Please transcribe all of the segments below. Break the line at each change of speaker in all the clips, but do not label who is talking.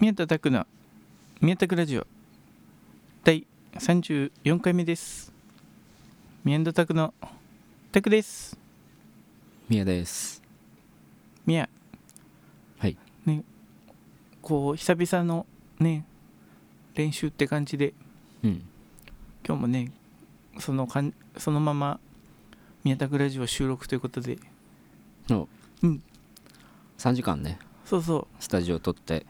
宮田拓の宮田拓ラジオ第34回目です宮田拓の拓です
宮です
宮
はい
ねこう久々のね練習って感じで
うん
今日もねそのかんそのまま宮田拓ラジオ収録ということで
の、
うん
3時間ね
そうそ
スタジオ撮って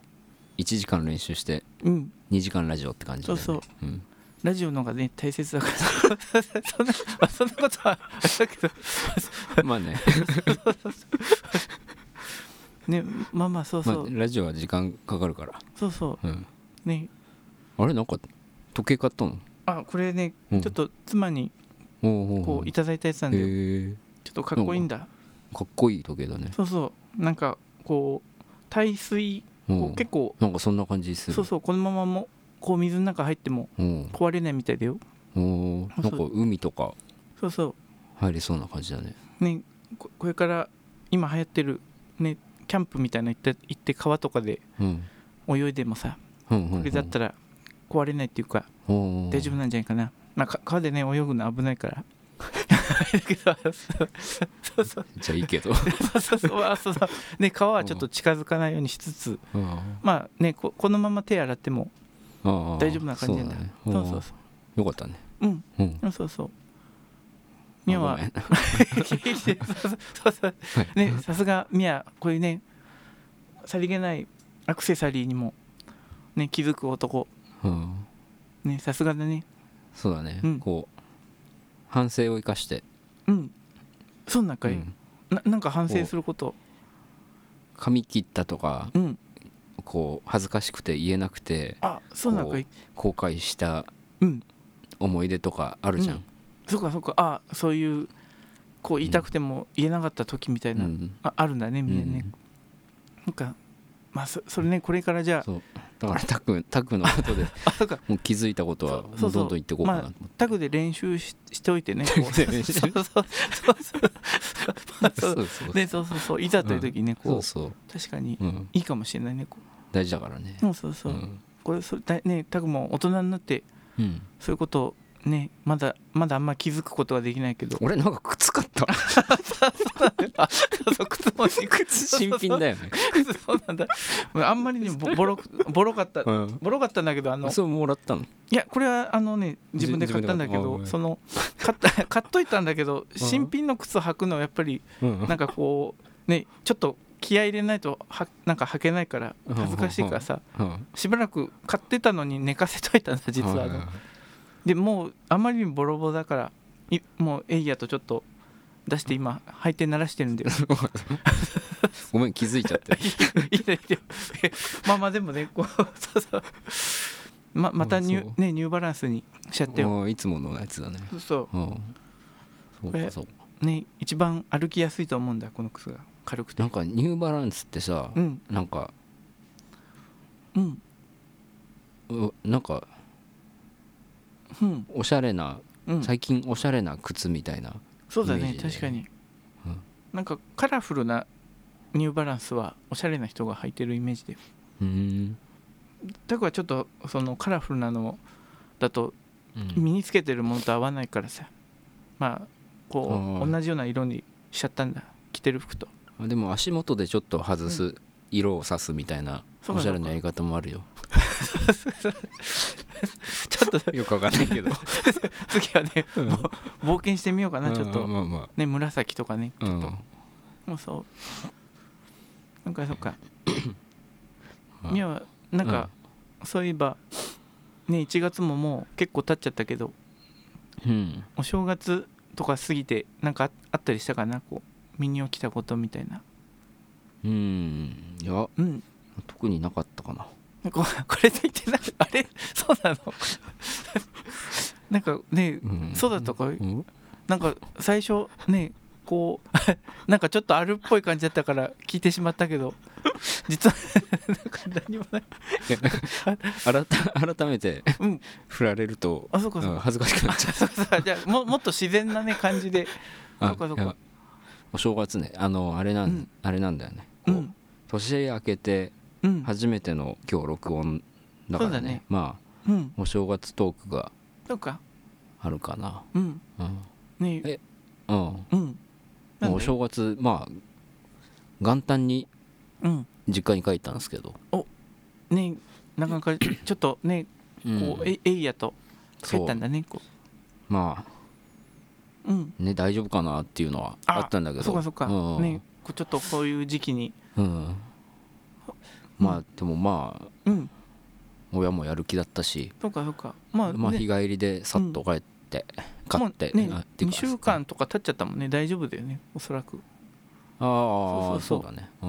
1時間練習して
ううん
2時間ラジオって感じだよね
そうそ
うん
ラジオの方がね大切だから そんなまあそんなことはあれだけど
まあね
ねまあまあ そうそう、
まあ、ラジオは時間かかるから、
そうそ
うん、
うね
あれなんか時計買ったの
あこれね、
うん
ちょっと妻に
おうおうお
こういただいたやつなん
へ
だよ、
え
ちょっとかっこいいんだ
かっこいい時計だね
そうそうなんかこう耐水こ
お
う
う
結構
なんかそんな感じする
そうそうこのままもこう水の中入っても
おう
壊れないみたいだよ
おうなんか海とか
そうそ
入りそうな感じだね
うねここれから今流行ってるねキャンプみたいなの行って行って川とかで
うん
泳いでもさ
うんうん、うん、
これだったら壊れないっていうか
おう
大丈夫なんじゃないかな、まあ、か川でね泳ぐの危ないから だけどそうそう
じゃあいいけ ど、
そうそうそうまあそうそうね川はちょっと近づかないようにしつつ、
うんあ
まあねここのまま手洗っても
あ
大丈夫な感じなんだ
そうね
そ
お
う
う
そうそう
よかったね
うん
うん
うんそうそうミヤは
ごめん
そうそうそうそうねさすがミヤこういうねさりげないアクセサリーにもね気づく男
うん、
ねさすがだね
そうだね、
うん
こう反省を生かして、
うんそんなかい、
うん
ななんか反省すること
髪切ったとか
うん
こう恥ずかしくて言えなくて
あそんなかい
後悔した
うん
思い出とかあるじゃん、
そっかそっかあそういうこう言いたくても言えなかった時みた
う
い
ん
な、ああるんだねみんなね、
うん
なんかまあそそれねこれからじゃあ
そうだからタクタクのことで
あそうか
もう気づいたことは
そうそう
ど
んそう
どん言ってこうかなと思って
タグで練習ししておいてねこう
タグで練習
そうそうそうそうそ
そううそう
ねそうそうそういざという時にね
そ
こ
うそう
う確かに
うん
いいかもしれないねこ
大事だからね
ううんそうそう、
ん
これそれだねタグも大人になって
うん
そういうことをねまだまだあんま気づくことはできないけど
俺なんか靴買った
そう靴も靴
新品だよね
そうなんだ俺あんまりにもボボロボロかった
うん
ボロかったんだけどあの
そうもらったの
いやこれはあのね自分で買ったんだけ
自
ど
分で
そ
買
の買った買っといたんだけど新品の靴履くのはやっぱり
うん
なんかこうねちょっと気合い入れないとはなんか履けないから
うん
恥ずかしいからさ
うん
しばらく買ってたのに寝かせといたん だ実はあのでもうあまりにもボロボロだからいもうエイヤとちょっと出して今履いて鳴らしてるんだよ
ごめん気づいちゃって
いいねいいねまあ まあでもねこうそうそうままたニュ
うんそ
ー、ね、ニューバランスにしちゃってよ
うんいつものやつだね
そうそう
うんそう
これ
かそうか
ね一番歩きやすいと思うんだこの靴が軽くて
なんかニューバランスってさ
うん
なんか
うん
うなんか
うん
おしゃれな
うん
最近おしゃれな靴みたいな
そうだ
イメ
ね
ージで
確かに、
うん
なんかカラフルなニューバランスはおしゃれな人が履いてるイメージで
うん
タクはちょっとそのカラフルなのだと身につけてるものと合わないからさまあこ
あ
う
ー
同じような色にしちゃったんだ着てる服と
あでも足元でちょっと外す色を指すみたいな
そうなの
お
か
しゃれなやり方もあるよ
ちょっと
よくわかんな いけど
次はねぼ冒険してみようかなちょっ
う
と
んまあま
ね紫とかね
あうん
もうそうなんかそっか
うん
いやなんか、そういえばね1月ももう結構経っちゃったけど
うん
お正月とか過ぎてなんかああったりしたかなこう身に起きたことみたいな
うんいや
うん
特になかったかな
なんかこ これと言ってなあれそうなの なんかね、
うん
そうだったか
うん
なんか最初ねこう なんかちょっとあるっぽい感じだったから聞いてしまったけど実は なんか何もない
改改めて
うん
振られると
あそうかそうか
うん恥ずかしくなっちゃう
そうそうじゃあももっと自然なね感じで
あ
そうかそうか
いやお正月ねあのあれなん、
うん
あれなんだよね、
う
こうん年明けて
うん
初めての今日録音だか
そう
らね
だね
まあ
うん
お正月トークが
そうか
あるかな
うん
うん、
ね
えうん
うんな
まあ
ん
お
で
正月まあ元旦に
うん
実家に帰ったんですけど、
ねなかなかちょっとねこう、
うん
えエイヤと帰ったんだねこ
まあ
ううん
ね大丈夫かなっていうのは
あ
あったんだけど
そうかそうか
んうん
ねこうちょっとこういう時期に
うん、まあでもまあ
うん
親もやる気だったし、
そうかそうかまあ
まあ
ね
日帰りでさっと帰って、買って、
もうね
あっていう
2
か
週間とか経っちゃったもんね大丈夫だよねおそらく
ああ
そ
そう
そうそう
うだねう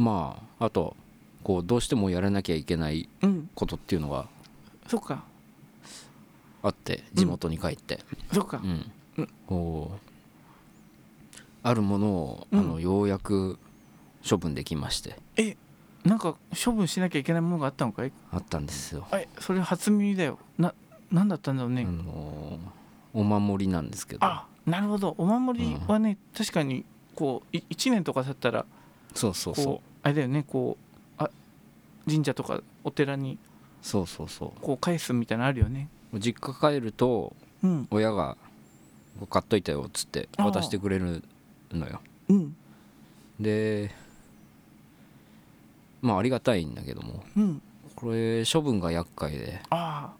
んまああとこうどうしてもやらなきゃいけない
うん
ことっていうのが
そうか
あって地元に帰って、
そうか
うん
うん
こうあるものを、
うん
あのようやく処分できまして
えなんか処分しなきゃいけないものがあったのかい
あったんですよ、
えそれ初耳だよな何だったんだろうね、
あのお守りなんですけど
あなるほどお守りはね、確かにこうい1年とか経ったら
そうそうそう
こうあれだよねこうあ神社とかお寺に
そうそうそ
こう返すみたいなのあるよね
う実家帰ると
うん
親が「買っといたよ」っつって渡してくれるのよ
うん
でまあありがたいんだけども
うん
これ処分が厄介で
あ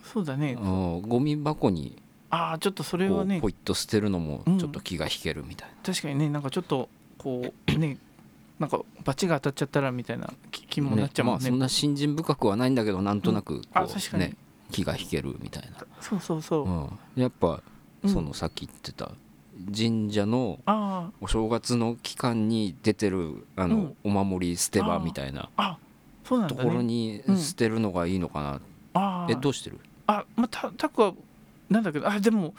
あそうだね、
うんゴミ箱に
ああちょっとそれ
こ
は
う
ね
ポイッと捨てるのもちょっと気が引けるみたい
確かにねなんかちょっとこうねなんかバチが当たっちゃったらみたいな気気
な、
もなっちゃう
ま
も
あ
んね
そんな信心深くはないんだけどなんとなくこ
あ確
う
かに、
ね気が引けるみたいな、
そうそうそう、
うん、やっぱ
うん
そのさっき言ってた神社の
あ
お正月の期間に出てるあの、
うん
お守り捨て場みたいな
ああそうなんだ
と
ね
ころに
うん
捨てるのがいいのかな、
ああ
えどうしてる
あまあたタクはなんだけどあでも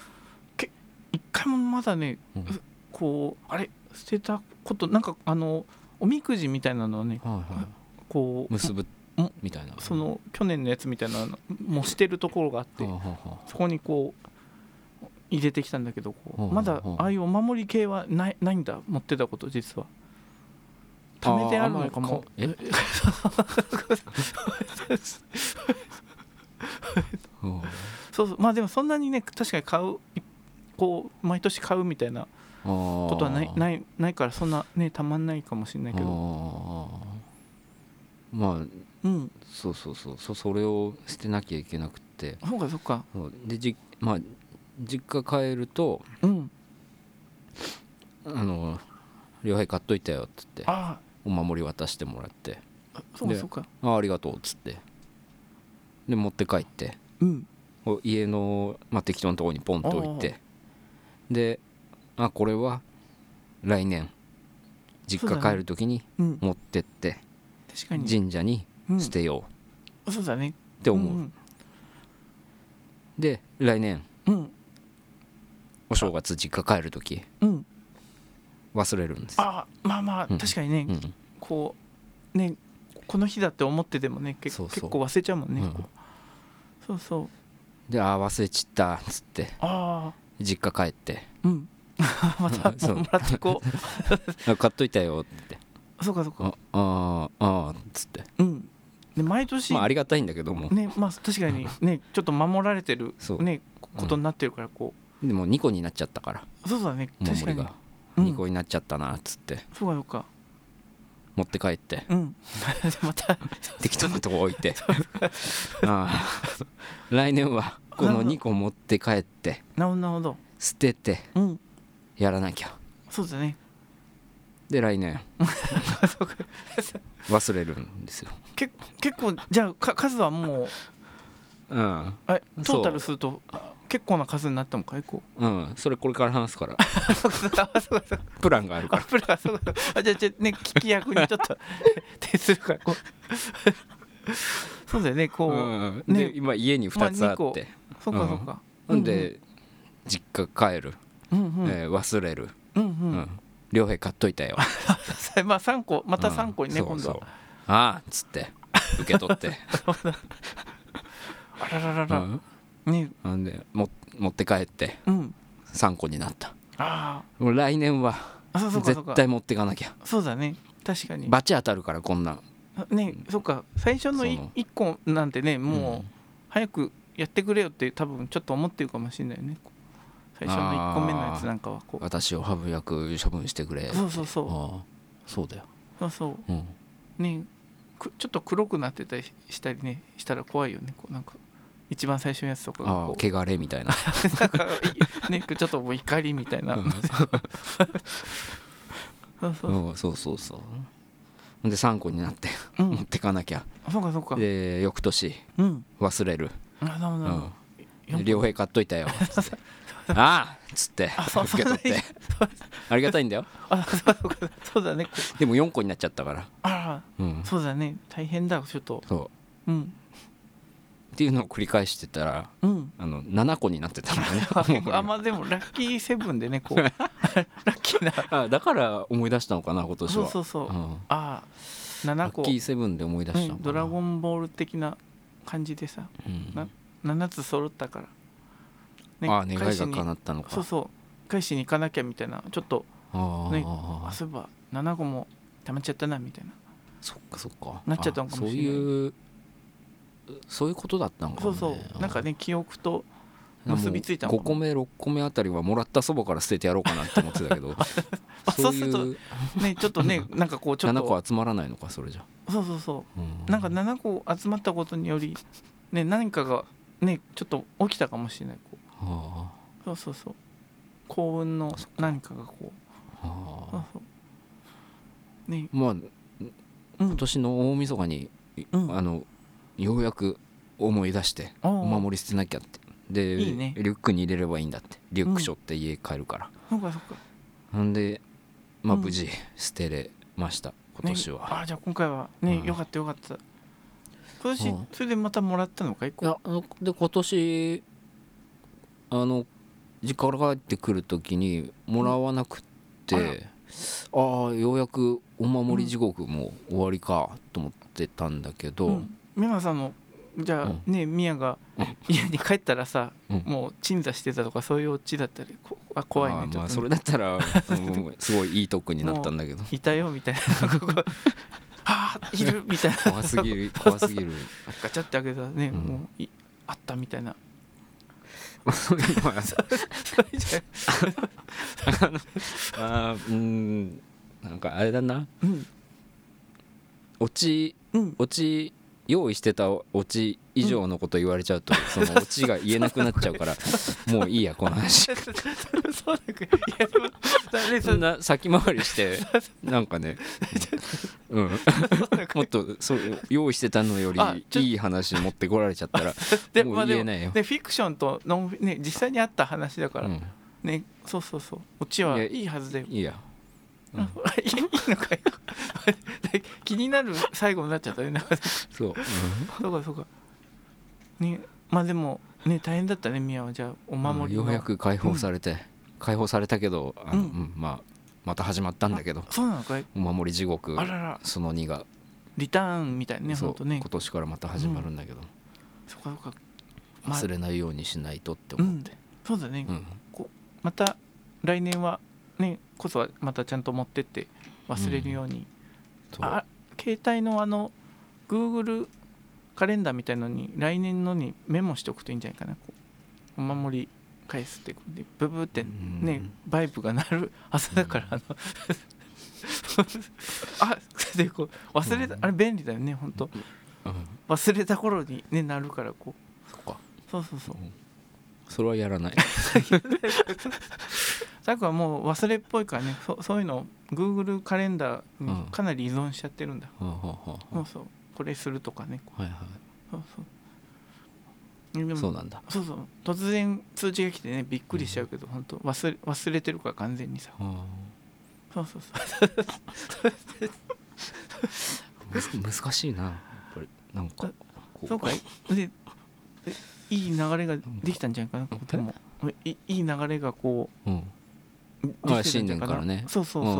け一回もまだね、
うん
こうあれ捨てたことなんかあのおみくじみたいなのはね
はいはい
こう
結ぶ
うん
みたいな
その去年のやつみたいなのもしてるところがあって
はあはあは
そこにこう入れてきたんだけどこ
ほ
う
うほう
まだああいうお守り系はないないんだ持ってたこと実は貯めてあるのかも
あーあんまりかえ うん
そうそうまあでもそんなにね確かに買ういこう毎年買うみたいな
あー
ことはないないないからそんなねたまんないかもしれないけ
あ
ど
ーまあ
うん
そうそうそうそそれを捨てなきゃいけなくて
そうかそうか
そうでじまあ実家帰ると
うん
あの両輩買っといたよっつって
あ
お守り渡してもらって
あそうか
で
そうか
あーありがとうっつってで持って帰って
うん
こう家の、まあ、適当なところにポンと置いてであこれは来年
そ
実家
うだね
帰る時に
うん
持ってって
確かに
神社に
うん
捨てよ
そうだね
うって思う、
うん
で来年
うん
お正月実家帰る時
うん
忘れるんですよ、
あまあまあ
うん
確かにね
うん
こうねこの日だって思っててもねけ
そうそ
結
う
構忘れちゃうもんね
うん
こうそうそう
であー忘れちったっつって
あ
実家帰って
あうん また
そう
もらってこう
あ買っといたよって
そうかそうか
ああーあーっつって
うんで毎年
まあありがたいんだけども
ねまあ確かにねちょっと守られてる
そう
ねことになってるからこ
でも2個になっちゃったから
うそうだね
お
確か
守り
に
が
うん
2個になっちゃったなっつって
そうかそうか
持って帰 って
うんまた
適当なとこ置 いてああ来年はこの2個持って帰って
なるほどなるほど
捨てて
うん
やらなきゃ
そうだね
で来年 忘れるんですよ、
け結構じゃあか数はもう
うん
あれ
そ
ト
う
ータルすると結構な数になったのかいこう
うん、それこれから話すから
あ そうかそうかそうかそうか
プランがあるか
あ
ら
プラそうかあじゃあじゃあね聞き役にちょっ と徹するからこうそうだよねこう、
うん、
ね
で今家に2つあ
まあ二
っ
個
て、
そうかそうか、
なんで実家帰る、
うんうん、
えー忘れる、
うん
う
うんん、
両兵買っといたよ
まあ3個また
うん
3個にね、
そう
今度は
そうああっつって受け 取って、
あららら
う
ら、
ん、
ね
なんでも持って帰って
うん
3個になった
あ
もう来年は
ーあそうそうかそう
絶
か
対持ってかなきゃ
そうだね確かに
バチ当たるからこんな
ねそっか最初のい
その
一個なんてねもう、
うん
早くやってくれよって多分ちょっと思ってるかもしれないよねこう最初の1個目のやつなんかはこう
私を早く処分してくれ
そうそうそう
ああそうだよ、
そうそ
うん、
うねくちょっと黒くなってたりししたりねしたら怖いよねこうなんか一番最初のやつとかが
ああ
こう
汚れみたいな
なんかいねちょっともう怒りみたい な、
うん
そうそう
うんそうそうそうで3個になって
うん、
持ってかなきゃ
そうかそうか
で翌年
うん
忘れる、
あなるほど
う
なるほ
ん
ど
で両兵買っといたよつっ てああっつって
そう
受け取ってありがたいんだよ
あそうそうかそうだねこう
でも4個になっちゃったから、
あ
うん
ら、そうだね大変だちょっと
そう
うん
っていうのを繰り返してたら
うん
あの7個になってたんだね
あまあでもラッキーセブンでねこう ラッキーな
あだから思い出したのかな今年
そ
は
うそうそう、
う
あ
ん
あ
ラ
7
ッ
個
キーセブンで思い出したのかな、
うんドラゴンボール的な感じでさ
うん
な7つ揃ったから、
ああ願いが
に
叶ったのか
そうそう返しに行かなきゃみたいなちょっと
ああ、
ねあそういえば7個も溜まっちゃったなみたいな
そっかそっか
なっちゃったのかもしれない
あそういうそういうことだったのか
そ
も
う
ね
そうなんかね記憶と
あの
結びついたのかも
5個目6個目あたりはもらったそばから捨ててやろうかなって思っ てたけど
あ
そ
そ
う
うす
い
る
う
ねちょっとね なんかこうちょっ
7
と
個集まらないのかそれじゃ、
そうそうそううなんか7個集まったことによりね何かがねちょっと起きたかもしれないこうそ
あ
うそうそう幸運の何かがこう
ああ
そ
あ
うそうね
まあ
うん
今年の大晦日に、
うん
あのようやく思い出して
お
お守り捨てなきゃってで
いいね
リュックに入れればいいんだってリュック背負って家帰るから、
そうかそうか
なんでまあ
うん
無事捨てれました、今年
ね、あ
は
あじゃあ今回はね、
うん
よかったよかった今年、
うん
それでまたもらったのか一
い
個
やあので今年あの実家から帰ってくる時にもらわなくって、
うんあ
ああようやくお守り地獄も終わりかと思ってたんだけど、
うん美馬さんのじゃあ、
うん
ねミヤが
うん
家に帰ったらさ、
うん
もう鎮座してたとかそういうオチだったりこあ怖い
あ
ね
ー
ちょ
ま
っ
あ
と
そ
ね、
れだっ たらうんすごいいいトークになったんだけど
いたよみたい なここああいるみたいな
怖すぎる怖すぎる
ガチャって開けたらね、
うん
もういあったみたいな
今
それじゃ
あーうんなんかあれだな
うん
落ち
うん
落ち用意してた落ち以上のこと言われちゃ うと、その落ちが言えなくなっちゃうからもういいやこの話
そうだけど、いや、で も、だね、
そ
そ
ん
んな、
な先回りしてなんかね、 うん、もっとそう用意してたのより
あちょ
いい話持ってこられちゃっ たら
で
もう
まあで
言え
も
ないよ
ね、フィクションとノンフィ、ね、実際にあった話だから、
うん
ね、そうそうそう、オチはい
や
いいはずだよ。
いいやうん
いいのかよ。 気になる最後になっちゃったね、なんか、
そう、うん
そうか、そうか。ね、まあでも、ね、大変だったね、ミヤは、じゃあ、お守り
よ
の。
うやく解放されて、解放されたけどあの、
うん
うんまあ、また始まったんだけど
そうなのかい
お守り地獄
あらら、
その2が、
リターンみたいね、
そ
ほ
うん
とね
今。年からまた始まるんだけど、
そうか、そうか。まあ
忘れないようにしないとって
う
思っ
ん
て、、
そうだね
うん。
また来年はねこそはまたちゃんと持ってって忘れるように、
そう
あ携帯のあの Google カレンダーみたいのに来年のにメモしておくといいんじゃないかなこうお守り返すってでブブってね、
うん
バイブが鳴る朝だからあの あでこう忘れた、
うん
あれ便利だよね本当
うん
忘れた頃にね鳴るからこう
そっか
そうそうそう
それはや らない
ザクはもう忘れっぽいからねそそういうの Google カレンダー
うん
にかなり依存しちゃってるんだ、
はあはあはあ
そうそうこれするとかね
はいは
そうそうで
い
も
そうなんだ
そうそう突然通知が来てねびっくりしちゃうけど、本当忘れ忘れてるから完全にさ
は
そうそうそう
あむ難しいなやっぱりなんかこ
そうかいででいい流れができたんじゃないかなここでもいいい流れがこ
うん
う
あ
できてたんじゃない
新年からね
そうそうそ、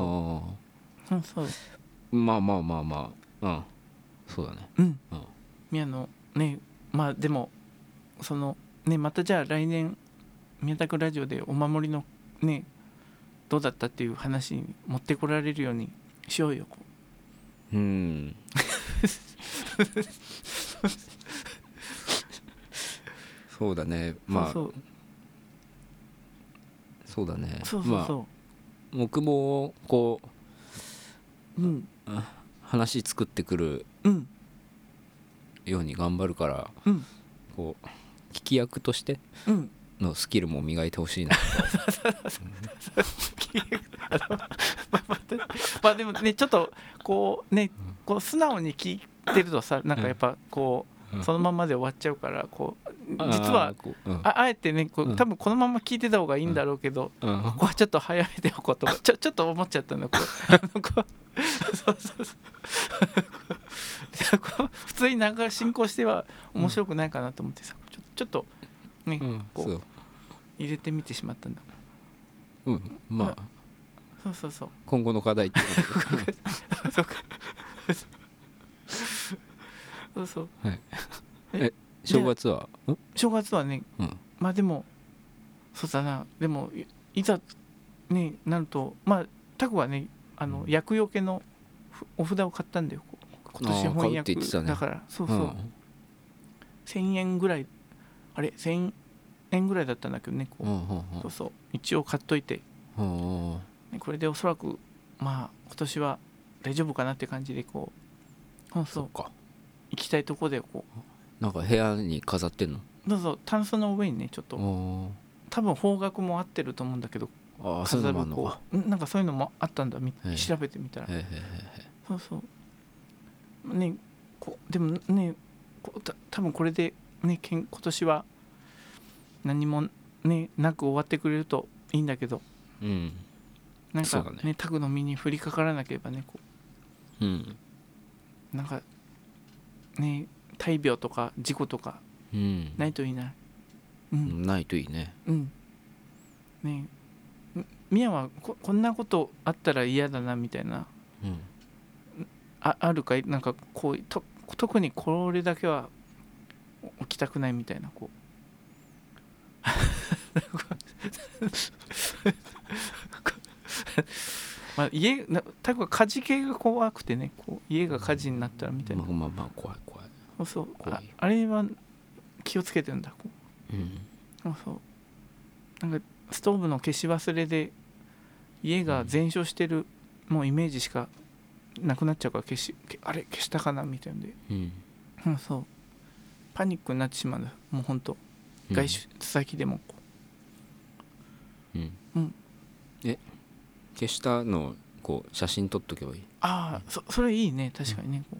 そう
そうそう
うんまあまあまあまあうんそうだね
うん
うん
宮野ねまあでもそのねまたじゃあ来年宮田君ラジオでお守りのねどうだったっていう話に持ってこられるようにしようよこう
うんそうだねまあ
そ
そう
う
そうだね
そうそうそう
まあ
そ
僕もこう
う、うん
話作ってくる
うん
ように頑張るから
うん
こう聞き役として
うん
のスキルも磨いてほしいな
まあでもねちょっとこうねこう素直に聞いてるとさなんかやっぱこ
う
うんそのままで終わっちゃうからこう
あー
実は
こううん
ああえてねこ
う
うん多分このまま聞いてた方がいいんだろうけど
うん
ここはちょっと早めておこうと かちょちょっと思っちゃったんだこうあのこうそうそうそうこう普通になんか進行しては面白くないかなと思ってさちょちょっとね、
うん
こう
そう
入れてみてしまったんだ
うんまあ
そうそうそう
今後の課題ってこと で
そうかそうそう
正月はうん
正月はね
うん
まあでもそうだなでもいいざねなるとまあタクはねあの
うん
厄除けのふお札を買ったんだよこう今年
あー
翻
買うって
訳、
言ってたね
だからそう
う
そう、
ん
1000円ぐらいあれ1000円ぐらいだったんだけどねこ
う
う、
んうん
そうそう一応買っといて、
うんうん
ねこれでおそらくまあ今年は大丈夫かなって感じでこうそうそ
そうっか
行きたいとこでこ
なんか部屋に飾ってんの
うどうぞタンスの上にねちょっと
うん
多分方角も合ってると思うんだけど
ああそういうのもあんの
こ
か
ううんなんかそういうのもあったんだみ
ええ
調べてみたら
へえへ
そうそうねこでもねこた多分これでねけん今年は何もねなく終わってくれるといいんだけど
えへえうん
なん
そ
か
うだね
ねタグの身に降りかからなければねこ
うん
うなんかね大病とか事故とか
うん
ないといいなう
うんんないといいね
うんねみみやはここんなことあったら嫌だなみたいな
うん
ああるかいなんかこうと特にこれだけは起きたくないみたいなこう まあ家なたくは火事系が怖くてねこう家が火事になったらみたいな
ま、あまあまあ怖い怖い
そうそう
怖
あ
い
あれは気をつけてんだこう
うん
そうそうなんかストーブの消し忘れで家が全焼してる、もうイメージしかなくなっちゃうから消しけあれ消したかなみたいなんで
うん
うん、そうパニックになってしまうんだもうほんと
うん
外出先でもこ
うん、
うん
え消したのをこう写真撮っとけばいい、
うああそそれいいね確かにね、こ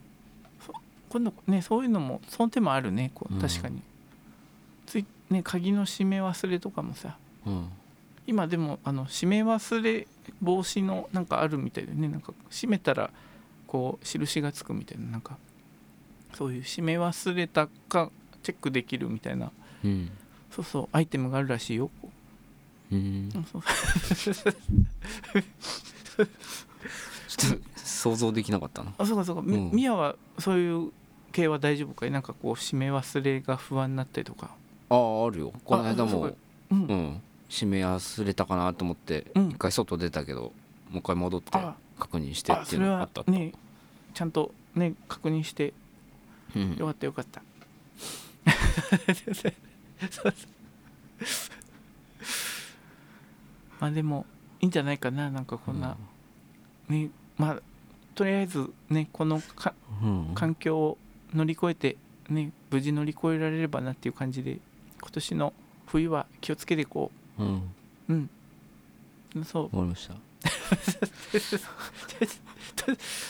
うそ今度ねそういうのもその手もあるねこ
う
うん確かに、ついね鍵の閉め忘れとかもさ
うん、
今でもあの閉め忘れ防止のなんかあるみたいでねなんか閉めたらこう印がつくみたいななんかそういう閉め忘れたかチェックできるみたいな
うん
そうそうアイテムがあるらしいよこう
うん、
うんそう
ちょっと想像できなかったな
あそうかそうかみ
うん
ミヤ、はそういう系は大丈夫かいなんかこう締め忘れが不安になったりとか
あああるよこの間
そう
も
かうん、
う、ん、閉め忘れたかなと思って
うん
一回外出たけどもう一回戻って
あ
確認して
あ
ってい
そうれ
のがあ
は
ったあった
ねちゃんとね確認して
うん
よかったよかった、 まあでもいいんじゃないかななんかこんな、ねまあとりあえずねこのか
うん
環境を乗り越えてね無事乗り越えられればなっていう感じで今年の冬は気をつけていこ
うん、わ
ううんそう
かりました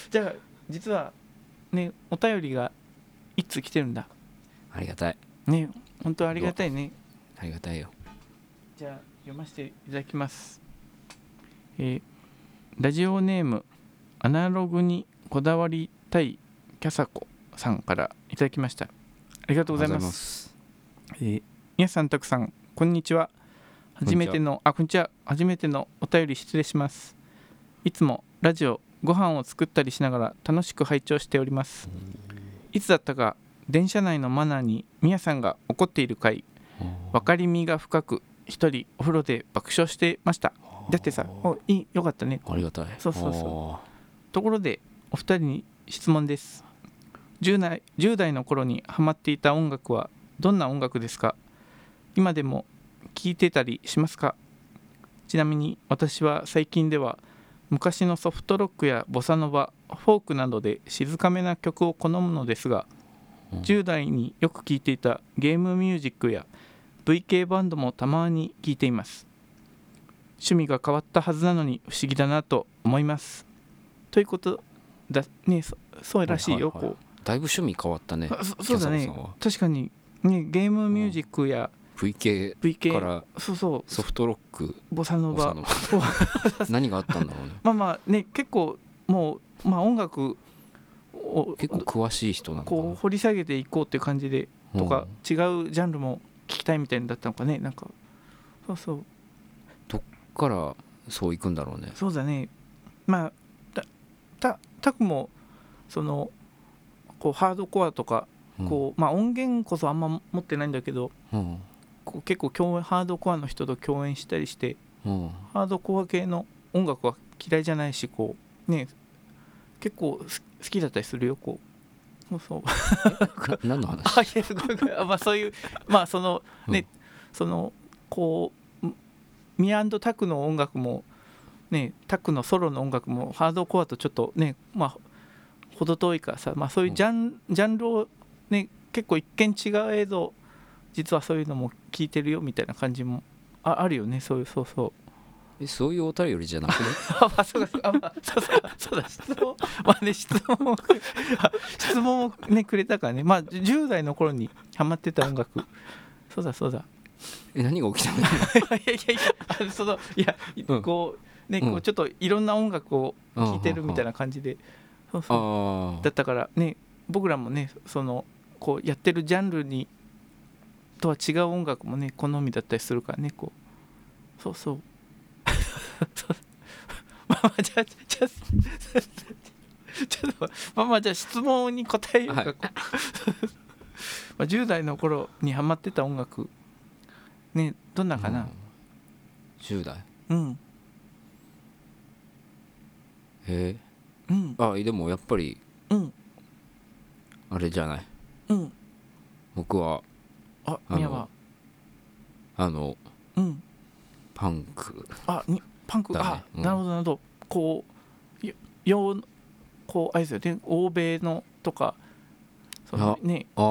じゃあ実はねお便りが一通来てるんだ
ありがたい
ね本当ありがたいね
ありがたいよ
じゃあ読ませていただきますえーラジオネームアナログにこだわりたいキャサコさんからいただきましたありがとうございます
す
えー皆さんたくさんこんにちは
んに
初
ちは
めてのあこんにちは初めてのお便り失礼しますいつもラジオご飯を作ったりしながら楽しく拝聴しておりますいつだったか電車内のマナーにみやさんが怒っている回分かりみが深く一人お風呂で爆笑してましただってさおいいよかったね
ありがたい
そうそうそう
そ
ところでお二人に質問です10代 ,10 代の頃にハマっていた音楽はどんな音楽ですか今でも聴いてたりしますかちなみに私は最近では昔のソフトロックやボサノバフォークなどで静かめな曲を好むのですが
うん
10代によく聴いていたゲームミュージックや VK バンドもたまに聴いています趣味が変わったはずなのに不思議だなと思いますということだねそそうらしいよ、
ははは
こ
だいぶ趣味変わっ たね
うあそそうだ
キ
ね
ャサバさんは
確かにねゲームミュージックや
VK か
VK
ら
そうそ
ソフトロック
うボサノ
ボサ
バ
ノバ何があったんだろうね
まあまあね結構もう、まあ、音楽を
結構詳しい人なのかな
こう掘り下げていこうっていう感じでとか、
うん
違うジャンルも聞きたいみたいだったのかねなんかそうそう
からそういくんだろうね
そうだねまあたたたくもそのこうハードコアとか
うん
こう、まあ音源こそあんま持ってないんだけど
うん
こう結構共演ハードコアの人と共演したりして
うん
ハードコア系の音楽は嫌いじゃないしこうね結構す好きだったりするよこうそうそう
な 何の話
あいやすごいごめんあまあそういうまあそのね、
うん
そのこうんミアンドタクの音楽もねタクのソロの音楽もハードコアとちょっとねまあ程遠いからさ、まあ、そういうジャン,、ジャンルをね結構一見違う映像実はそういうのも聞いてるよみたいな感じもああるよねそういうそうそう
えそういうお便りじゃなくて
あ、まあ、そうか、そうかあ、まあ、そうそうだ、そうだ、質問、まあね、質問を、あ質問をね、くれたからね、まあ、10代の頃にハマってた音楽。そうだ、 そうだ。
え何が起きたの
いやいやいや、あのその、いや、
うん
こう、ね、
うん
こう、ちょっといろんな音楽を 聴いてるみたいな感じで。そうそう。
ああ
だったから、ね、僕らもね、その、こう、やってるジャンルに。とは違う音楽もね、好みだったりするからね、こう。そうそう。 そうまあまあ、じゃあ、じゃあ。ちょっとまあまあじゃあ質問に答えようか、
は
ま
い
あ10代の頃にハマってた音楽ねどんなかな、
10代
うん
へえ
うん
あでもやっぱり
うん
あれじゃない
うん
僕は
あ
の
宮は
あの
うん
パンク
あにパンク、
だね
あ
うん
なるほどなるほどこうよ洋のこうあれですよね欧米のとかそのね
あ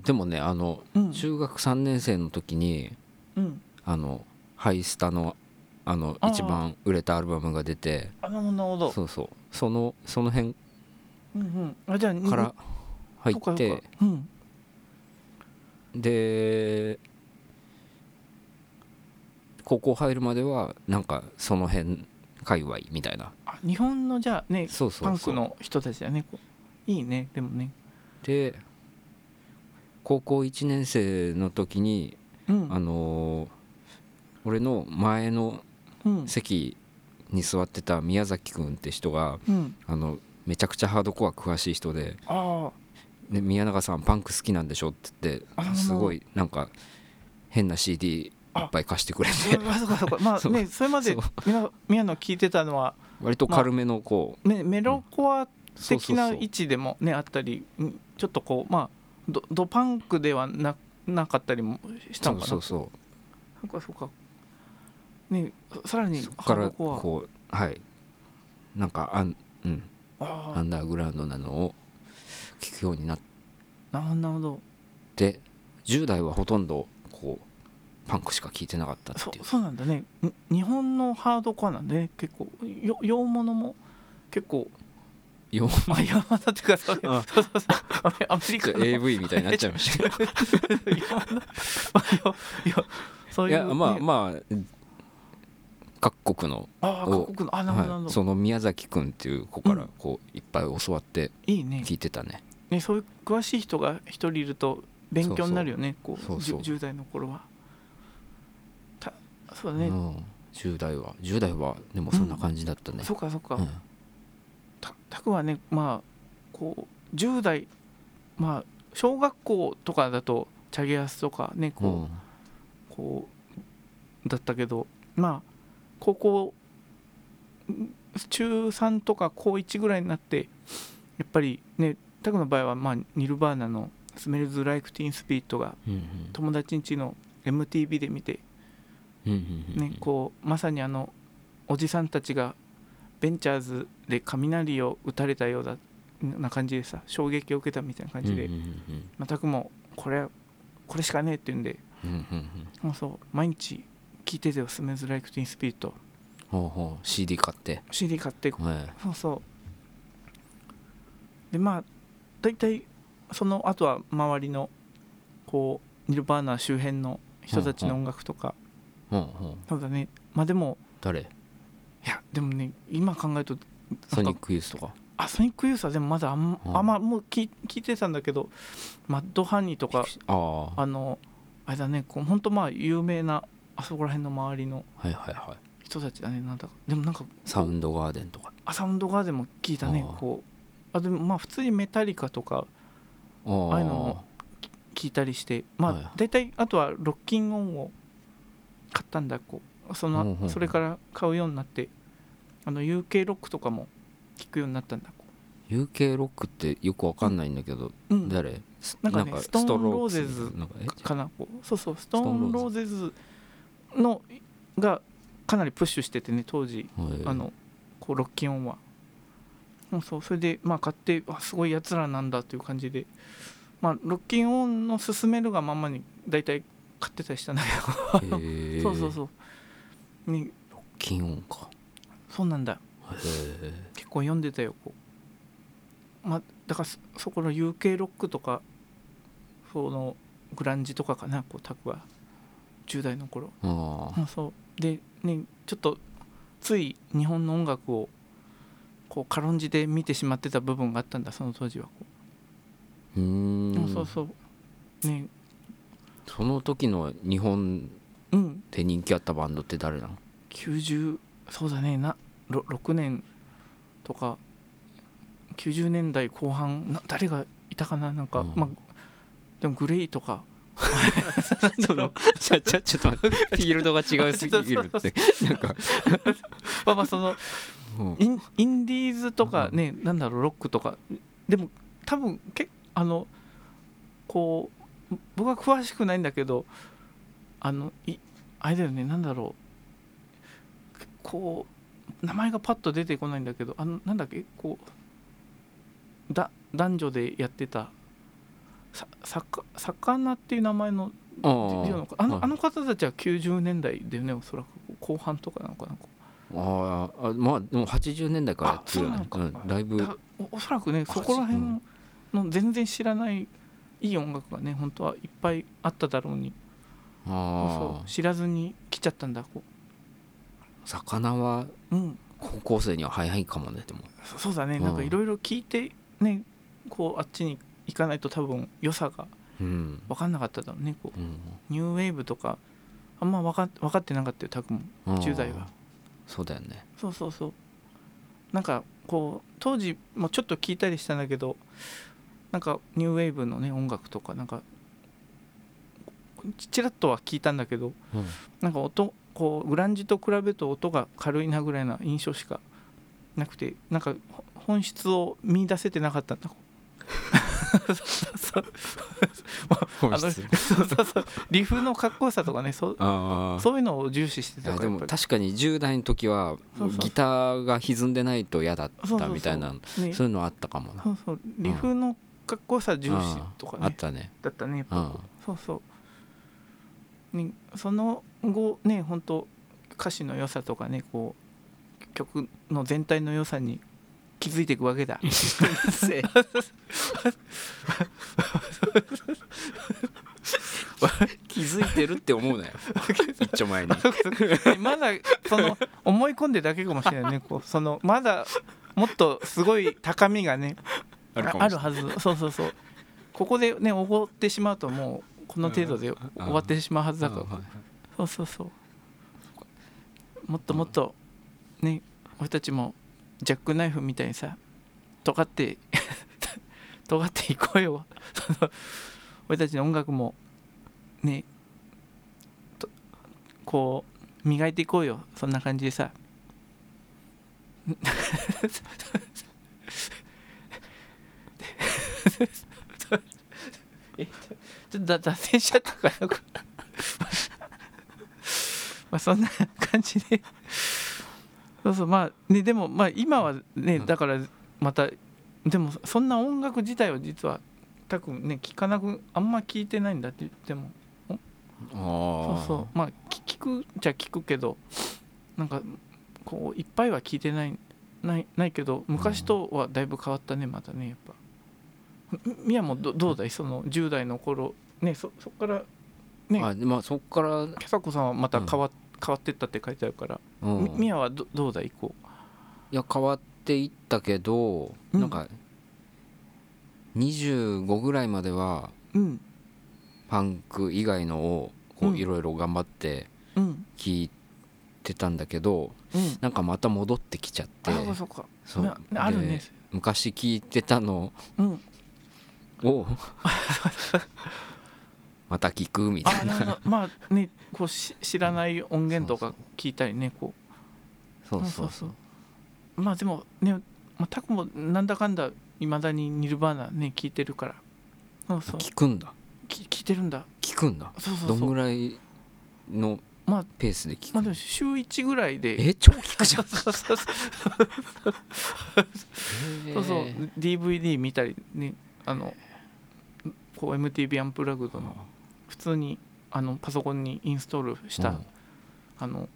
ーでもねあの
うん
中学3年生の時に
うん
あのハイスタのあの
あー
一番売れたアルバムが出て
あなるほどなるほど
そうそうそのその辺
うんうんあじゃあに
から入
とか
っ
と
て
かうん
で高校入るまではなんかその辺界隈みたいな
あ日本のじゃあね
そうそうそう
パンクの人たちだねこういいねでもね
で高校1年生の時に、
うん
あのー俺の前の
うん
席に座ってた宮崎君って人が
うん
あのめちゃくちゃハードコア詳しい人で
あ
「で宮永さんパンク好きなんでしょ?」って
あ
言っ
ー
てすごいなんか変な CD いっぱい貸してくれ
あ
て
うんあそうかそうかまあ
そう
ねそれまで
そう
みな宮野聞いてたのは
割と軽めのこう
メメロコア
そう
的
そう
な
そう
位置でもねあったりうんちょっとこうまあドドパンクではななかったりもした
そ
の
う
かな
そうそう
そうかそうかねさらに
そこ
ハ
か
ード
ら
コア
こうはいなんかアン,、うん、
あ
アンダーグラウンドなのを聞くようになっ
あなるほど
て10代はほとんどこうパンクしか聞いてなかったっ
そ
ていう
うそうなんだねに日本のハードコアなんで、ね、結構よ洋物も結 構
よ
あ洋物っていうかそういう
あ
そうそうそうアメアメリカの
AV みたいになっちゃいましたけ
いやまあまあいやいやそ
ど
う
い
いう、
やまあ
ね
まあ各国の
ああ各国のあなるほどなる
はい、
ほど、
その宮崎君っていう子からこういっぱい教わって
い、いね
聞いてたね、
ねそういう詳しい人が一人いると勉強になるよねこう
そうそう
じゅ10代の頃はたそう
う
だね、
ん、10代は10代はでもそんな感じだったね、
そうかそうか、
うん
たたくはねまあこう10代まあ小学校とかだとチャゲアスとかねこう、
うん
こうだったけどまあ高校ん中3とか高1ぐらいになってやっぱりねタクの場合は、まあ、ニルバーナの「スメルズ・ライク・ティーン・スピリット」が
うん
友達ん家の MTV で見て、
うんうんうん
ねこうまさにあのおじさんたちがベンチャーズで雷を打たれたようだな感じでさ衝撃を受けたみたいな感じで、
うんうん
まあ、タクもこれこれしかねえって言うんで
うんうんうんうん
もうそう毎日聴いててよ「スメルズ・ライク・ティーン・スピリット
ほうほう CD 買って」
CD 買って
はい
そうそうでまあ大体そのあとは周りのこうニルバーナ周辺の人たちの音楽とか、
ほうほう
そうだねまあでも
誰
いやでもね今考えると
ソニックユースとか
あソニックユースはでもまだあん,、
うん
あんまもう聞聞いてたんだけどマッドハニーとか
ああは
あのあれだねこう本当まあ有名なあそこら辺の周りの
いはいはい
人たちだねなんだかでもなんか
サウンドガーデンとか
あサウンドガーデンも聞いたね
あー
こうあでもまあ普通にメタリカとか
ああ
ああいうのも聞いたりしてまあ、
はい
大体あとはロッキンオンを買ったんだこうそ
うん
の
うんうん
それから買うようになってあの UK ロックとかも聞くようになったんだこ
UK ロックってよくわかんないんだけど
う、うん、
誰
なんかねストーン
ロ
ローゼズ
なんかえ
かなこうそうそうストー
ー
ン
ン
ロ
ロ
ーゼズのがかなりプッシュしててね当時
はい
あのこうロッキンオンはそうそうそれでまあ買ってあすごいやつらなんだという感じでまあロッキンオンの勧めるがままに大体買ってたりしたんだ
へ
けど、
ー
そうそうそうね
金音か
そうなんだ
へえ
結構読んでたよこうまあだからそそこの UK ロックとかそのグランジとかかなこうタクは10代の頃
ああ
あそうでねちょっとつい日本の音楽をこう軽んじで見てしまってた部分があったんだその当時はこ
う
う、
ーん
そうそうね
その時の日本
うん
で人気あったバンドって誰 なの
90そうだねなろ6年とか90年代後半な誰がいたかななんか、
うん
まあでもグレイとか
その ちょちょちょっと待 ってフィールドが違うすぎるってなんか
まあまあその
うん
インインディーズとかね、なんだろうロックとかでも多分けあのこう僕は詳しくないんだけどあのいあれだよねなんだろうこう名前がパッと出てこないんだけどあのなんだっけこうだ男女でやってたささか魚っていう名前の
あ
あの
ー
あの
はい
あの方たちは90年代だよねおそらく後半とかなのかな
あーあまあでも80年代からやってるよ
あ
ね
そうなのか
うんだいぶ
だおおそらくねそこら辺のの全然知らないいい音楽がね本当はいっぱいあっただろうに
あ
そ
あ
う知らずに来ちゃったんだこ
魚は
う、うん、
高校生には早いかもねでも
そそうだね
うん
なんかいろいろ聞いてねこうあっちに行かないと多分良さが
うん
分かんなかっただろうねこう
うん
ニューウェーブとかあんま分か分かってなかったよタクも
あー
10代は
そうだよね
そうそうそうなんかこう当時もちょっと聞いたりしたんだけどなんかニューウェーブのね音楽とかなんかちちらっとは聞いたんだけど
うん
なんか音こうグランジと比べると音が軽いなぐらいな印象しかなくてなんかほ本質を見出せてなかったん だそうあの
本質
そうそうそうリフのかっこよさとかねそう
ああ
そういうのを重視してた
いや
か
で
らやっ
も
ぱり
確かに10代の時は
そうそう
ギターが歪んでないと嫌だっ
そうそう
た
そう
みたいな
ね
そういうのあったかもな
そうそうリフのかっこよさ重視とか
ああっ
ね
たね
だったねやっ
う
ぱ
ん
そうそう、ね、その後ね本当歌詞の良さとかねこう曲の全体の良さに気づいていくわけ だ
気づいてるって思うなよ一丁前に
まだその思い込んでるだけかもしれないねこうそのまだもっとすごい高みがね
あるかもしれない
あるはずそうそうそうここでねおごってしまうともうこの程度で終わってしまうはずだからそうそうそうもっともっとね俺たちもジャックナイフみたいにさ尖って 尖っていこうよ その俺たちの音楽もねとこう磨いていこうよそんな感じで さちょっとだ脱線しちゃったからまあそんな感じでそうそうまあねでもまあ今はね
うん
だからまたでもそんな音楽自体は実はたくね聞かなくあんま聞いてないんだって言ってもそう
ああ
そうまあ聞聞くじゃ聞くけどなんかこういっぱいは聞いてないないないけど昔とはだいぶ変わったねまたねやっぱみやもどどうだいその10代の頃ねそそっからね
あまあそっから
ピサ子さんはまた変わ,、変わってったって書いてあるから
うん
みみやはどどうだいこう
いや変わっていったけど、
うん
なんか25ぐらいまでは
うん
パンク以外のをこ
う
うんいろいろ頑張って
うん
聞いてたんだけど、
うん
なんかまた戻ってきちゃって
あそっか
そう
なあるね
で昔聞いてたの
うん
をまた聞くみた
あ
いな
なるほどまあねこうし知らない音源とか聞いたりねこう
そうそう
そ
そう
そう
う
まあでもね、まあ、タクもなんだかんだいまだにニルバーナね聞いてるからそうそう
聞くんだ
き聞いてるんだ
聞くんだ
そうそう
ど
そ
ん
う
ぐらいの
まあ
ペースで聞く
まあ
の
でも週1ぐらいで
え超聞くじゃん
そうそうそう そうそう DVD 見たりねあのこう MTV アンプラグドの普通にあのパソコンにインストールした、あの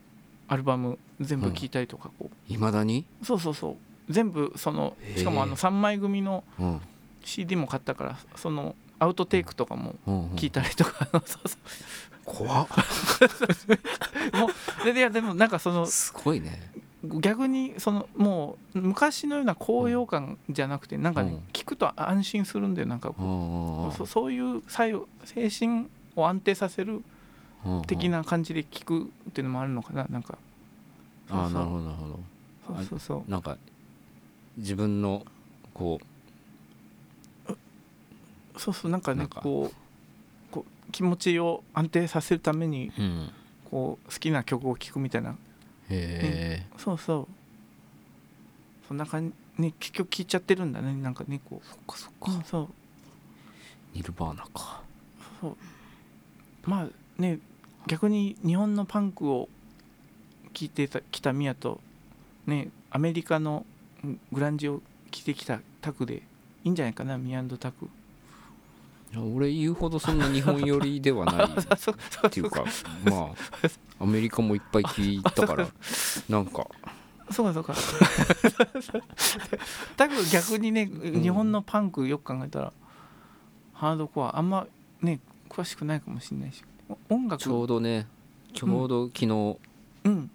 アルバム全部聞いたりとかこう、
いまだに、
そうそうそう全部そのしかもあ
へ
の
え
3枚組の
うん、
CD も買ったからそのアウトテイクとかも
うんうん
聞いたりとか、そうそ
怖っ
うもうでいやでもなんかその
すごいね
逆にそのもう昔のような高揚感じゃなくてなんかね、
うん
聞くと安心するんだよなんか
う
こう、
んうん
そそういう作用精神を安定させる
うん
的な感じで聞くっていうのもあるのかななんか
あーなるほどなるほど
そうそうそう
なんか自分のこ
そうそうなんかね
なんか
こうこう気持ちを安定させるために
う、うん、
こう好きな曲を聴くみたいな
へえ
そうそうそんな感じね結局聞いちゃってるんだねなんかねこう
そっかそっ
うんそう
ニルバーナか
そうまあね逆に日本のパンクを聞いてたきたミヤとねアメリカのうんグランジを聞いてきたタクでいいんじゃないかなミヤタク
いや俺言うほどそんな日本寄りでは ないっ
そうそう
ていうかまあアメリカもいっぱい聞いた からなんか
そうかそう かタク逆にね
ん
日本のパンクよく考えたら、ハードコアあんまね詳しくないかもしれないしお音楽
ちょうどねちょうど昨日
うん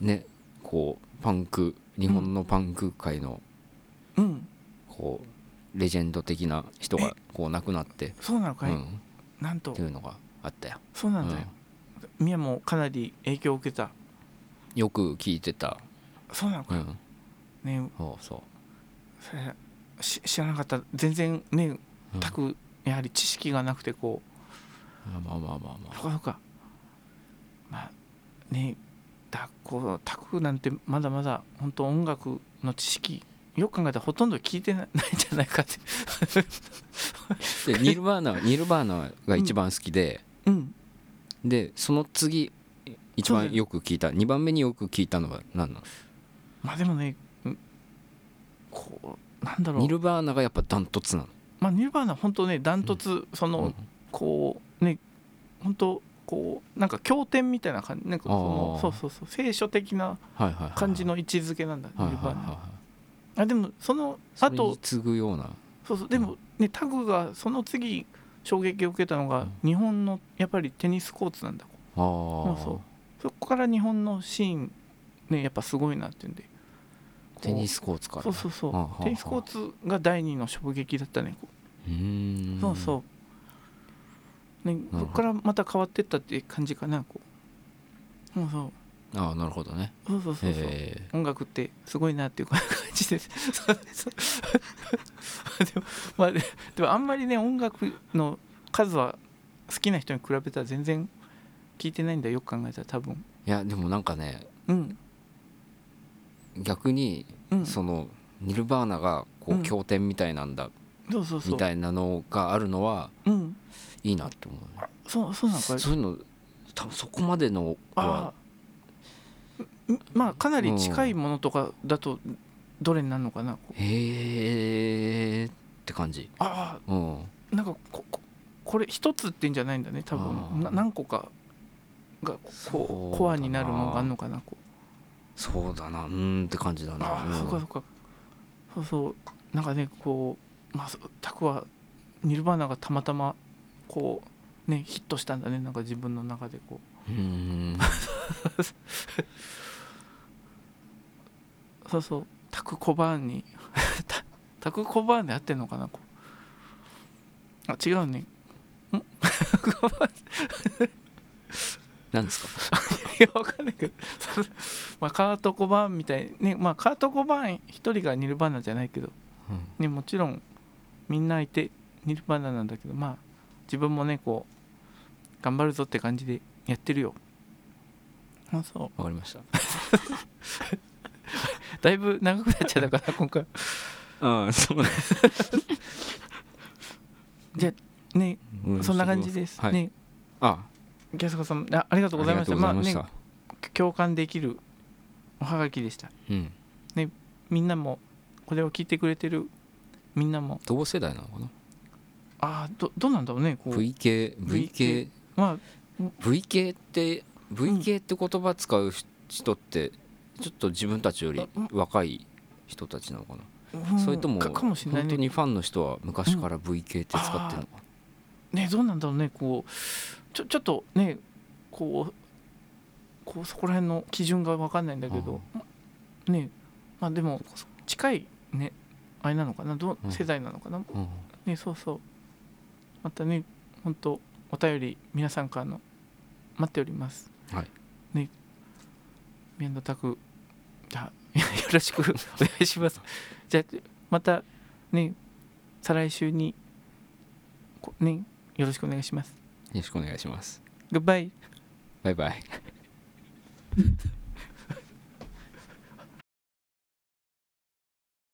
ねこうパンク日本のパンク界の
うん
こうレジェンド的な人がこう亡くなって、
そうなの
う
かい、
ん、
なん
っ
と
ていうのがあったよ、
そうなんだよ、ミヤもかなり影響を受けた
うんよく聞いてた、
そうなのか
うん、
ね
そうそ
それし知らなかった全然ね
う、うん
たくやはり知識がなくてこ
まあまあまあま
う
あ
そこそっかまあねだこうタクなんてまだまだ本当音楽の知識よく考えたらほとんど聞いてないないんじゃないかって
でニルバ ーナニルバーナが一番好きで、
うん
でその次一番よく聞いた2番目によく聞いたのは何な
まあでもねうんこうなんだ
の
ろ
ニ
う
ルバーナがやっぱダントツなの
まあニルバーナ本当ねダントツその、
うん
こうね本当こうなんか経典みたいな感じなんかその
あー
そうそうそう聖書的な
はいはいはいはい
感じの位置づけなんだ、
はいはい
ニル
は
バ
い
ーナ
は
あでもその
いそ
あ
れに
と
次ぐような
そうそうでもねタグがその次衝撃を受けたのが、
うん
日本のやっぱりテニスコーツなんだ
あー
そうそこから日本のシーンねやっぱすごいなっていうんでこう
テニスコーツから
そうそうそう、
はあはあはあ
テニスコーツが第二の衝撃だったねこ
うー
うんそうそう、ね、そこからまた変わってったって感じかなこうそうそう
ああなるほどね
そうそうそうそう、
え
音楽ってすごいなっていう感じです。そうそうでもまあででもあんまりね音楽の数は好きな人に比べたら全然聞いてないんだよよく考えたら多分。
ーいやでもなんかね
うん
逆に
うん
そのニルバーナがこ
うん
う経典みたいなんだっ
そうそうそう
みたいなのがあるのは
うん
いいなって思うね
そうそうなんか
そういうの多分そこまでの
あ
は
あんまあかなり近いものとかだとどれになるのかな
へえって感じ
あ
うん
あなんかこここれ一つってんじゃないんだね多
ああ
分な何個かが
そう
こ
だ
うコアになるものがあるのかなこう
そうだなうーんって感じだな
ああ
うん
そうかそうかそうそうなんかねこうまあそうタクはニルバーナがたまたまこうねヒットしたんだねなんか自分の中でこ
うーん
うそうそうタクコバーンに タタクコバーンで合ってんのかなこうあ違うね
何ですか
いやわかんないけど そのまあカート・コバーンみたいねまあカート・コバーン一人がニルバーナじゃないけど
うん
ねもちろんみんないてニルバーナなんだけどまあ自分もねこう頑張るぞって感じでやってるよあそう
わかりました
だいぶ長くなっちゃった から今回
うんそうね
じゃあね
う
そんな感じです、
はい
ね
あ
ギャスコさんあありがとうございました
ありがとうございまし
ま
た、
あね共感できるおはがきでした
うん
みんなもこれを聞いてくれてるみんなも
同世代なのかな
ああどどうなんだろうねこう
VK
VK
VK
ま
VK って VK って言葉使う人ってちょっと自分たちより若い人たちなのかな、
あ、うん
それとも
かかもしれない
本当
ね
にファンの人は昔から VK って使ってるのかな、
ねどうなんだろうねこうちょちょっとねこうこうそこら辺の基準が分かんないんだけどねまあでも近いねあれなのかなど
う
うん世代なのかな、
うん
ねそうそうまたね本当お便り皆さんからの待っております
はい
ね宮野拓じゃあ よろしくお願いしますじゃあまたね再来週にこねよろしくお願いします
よろしくお願いします
Goodbye
バイバイ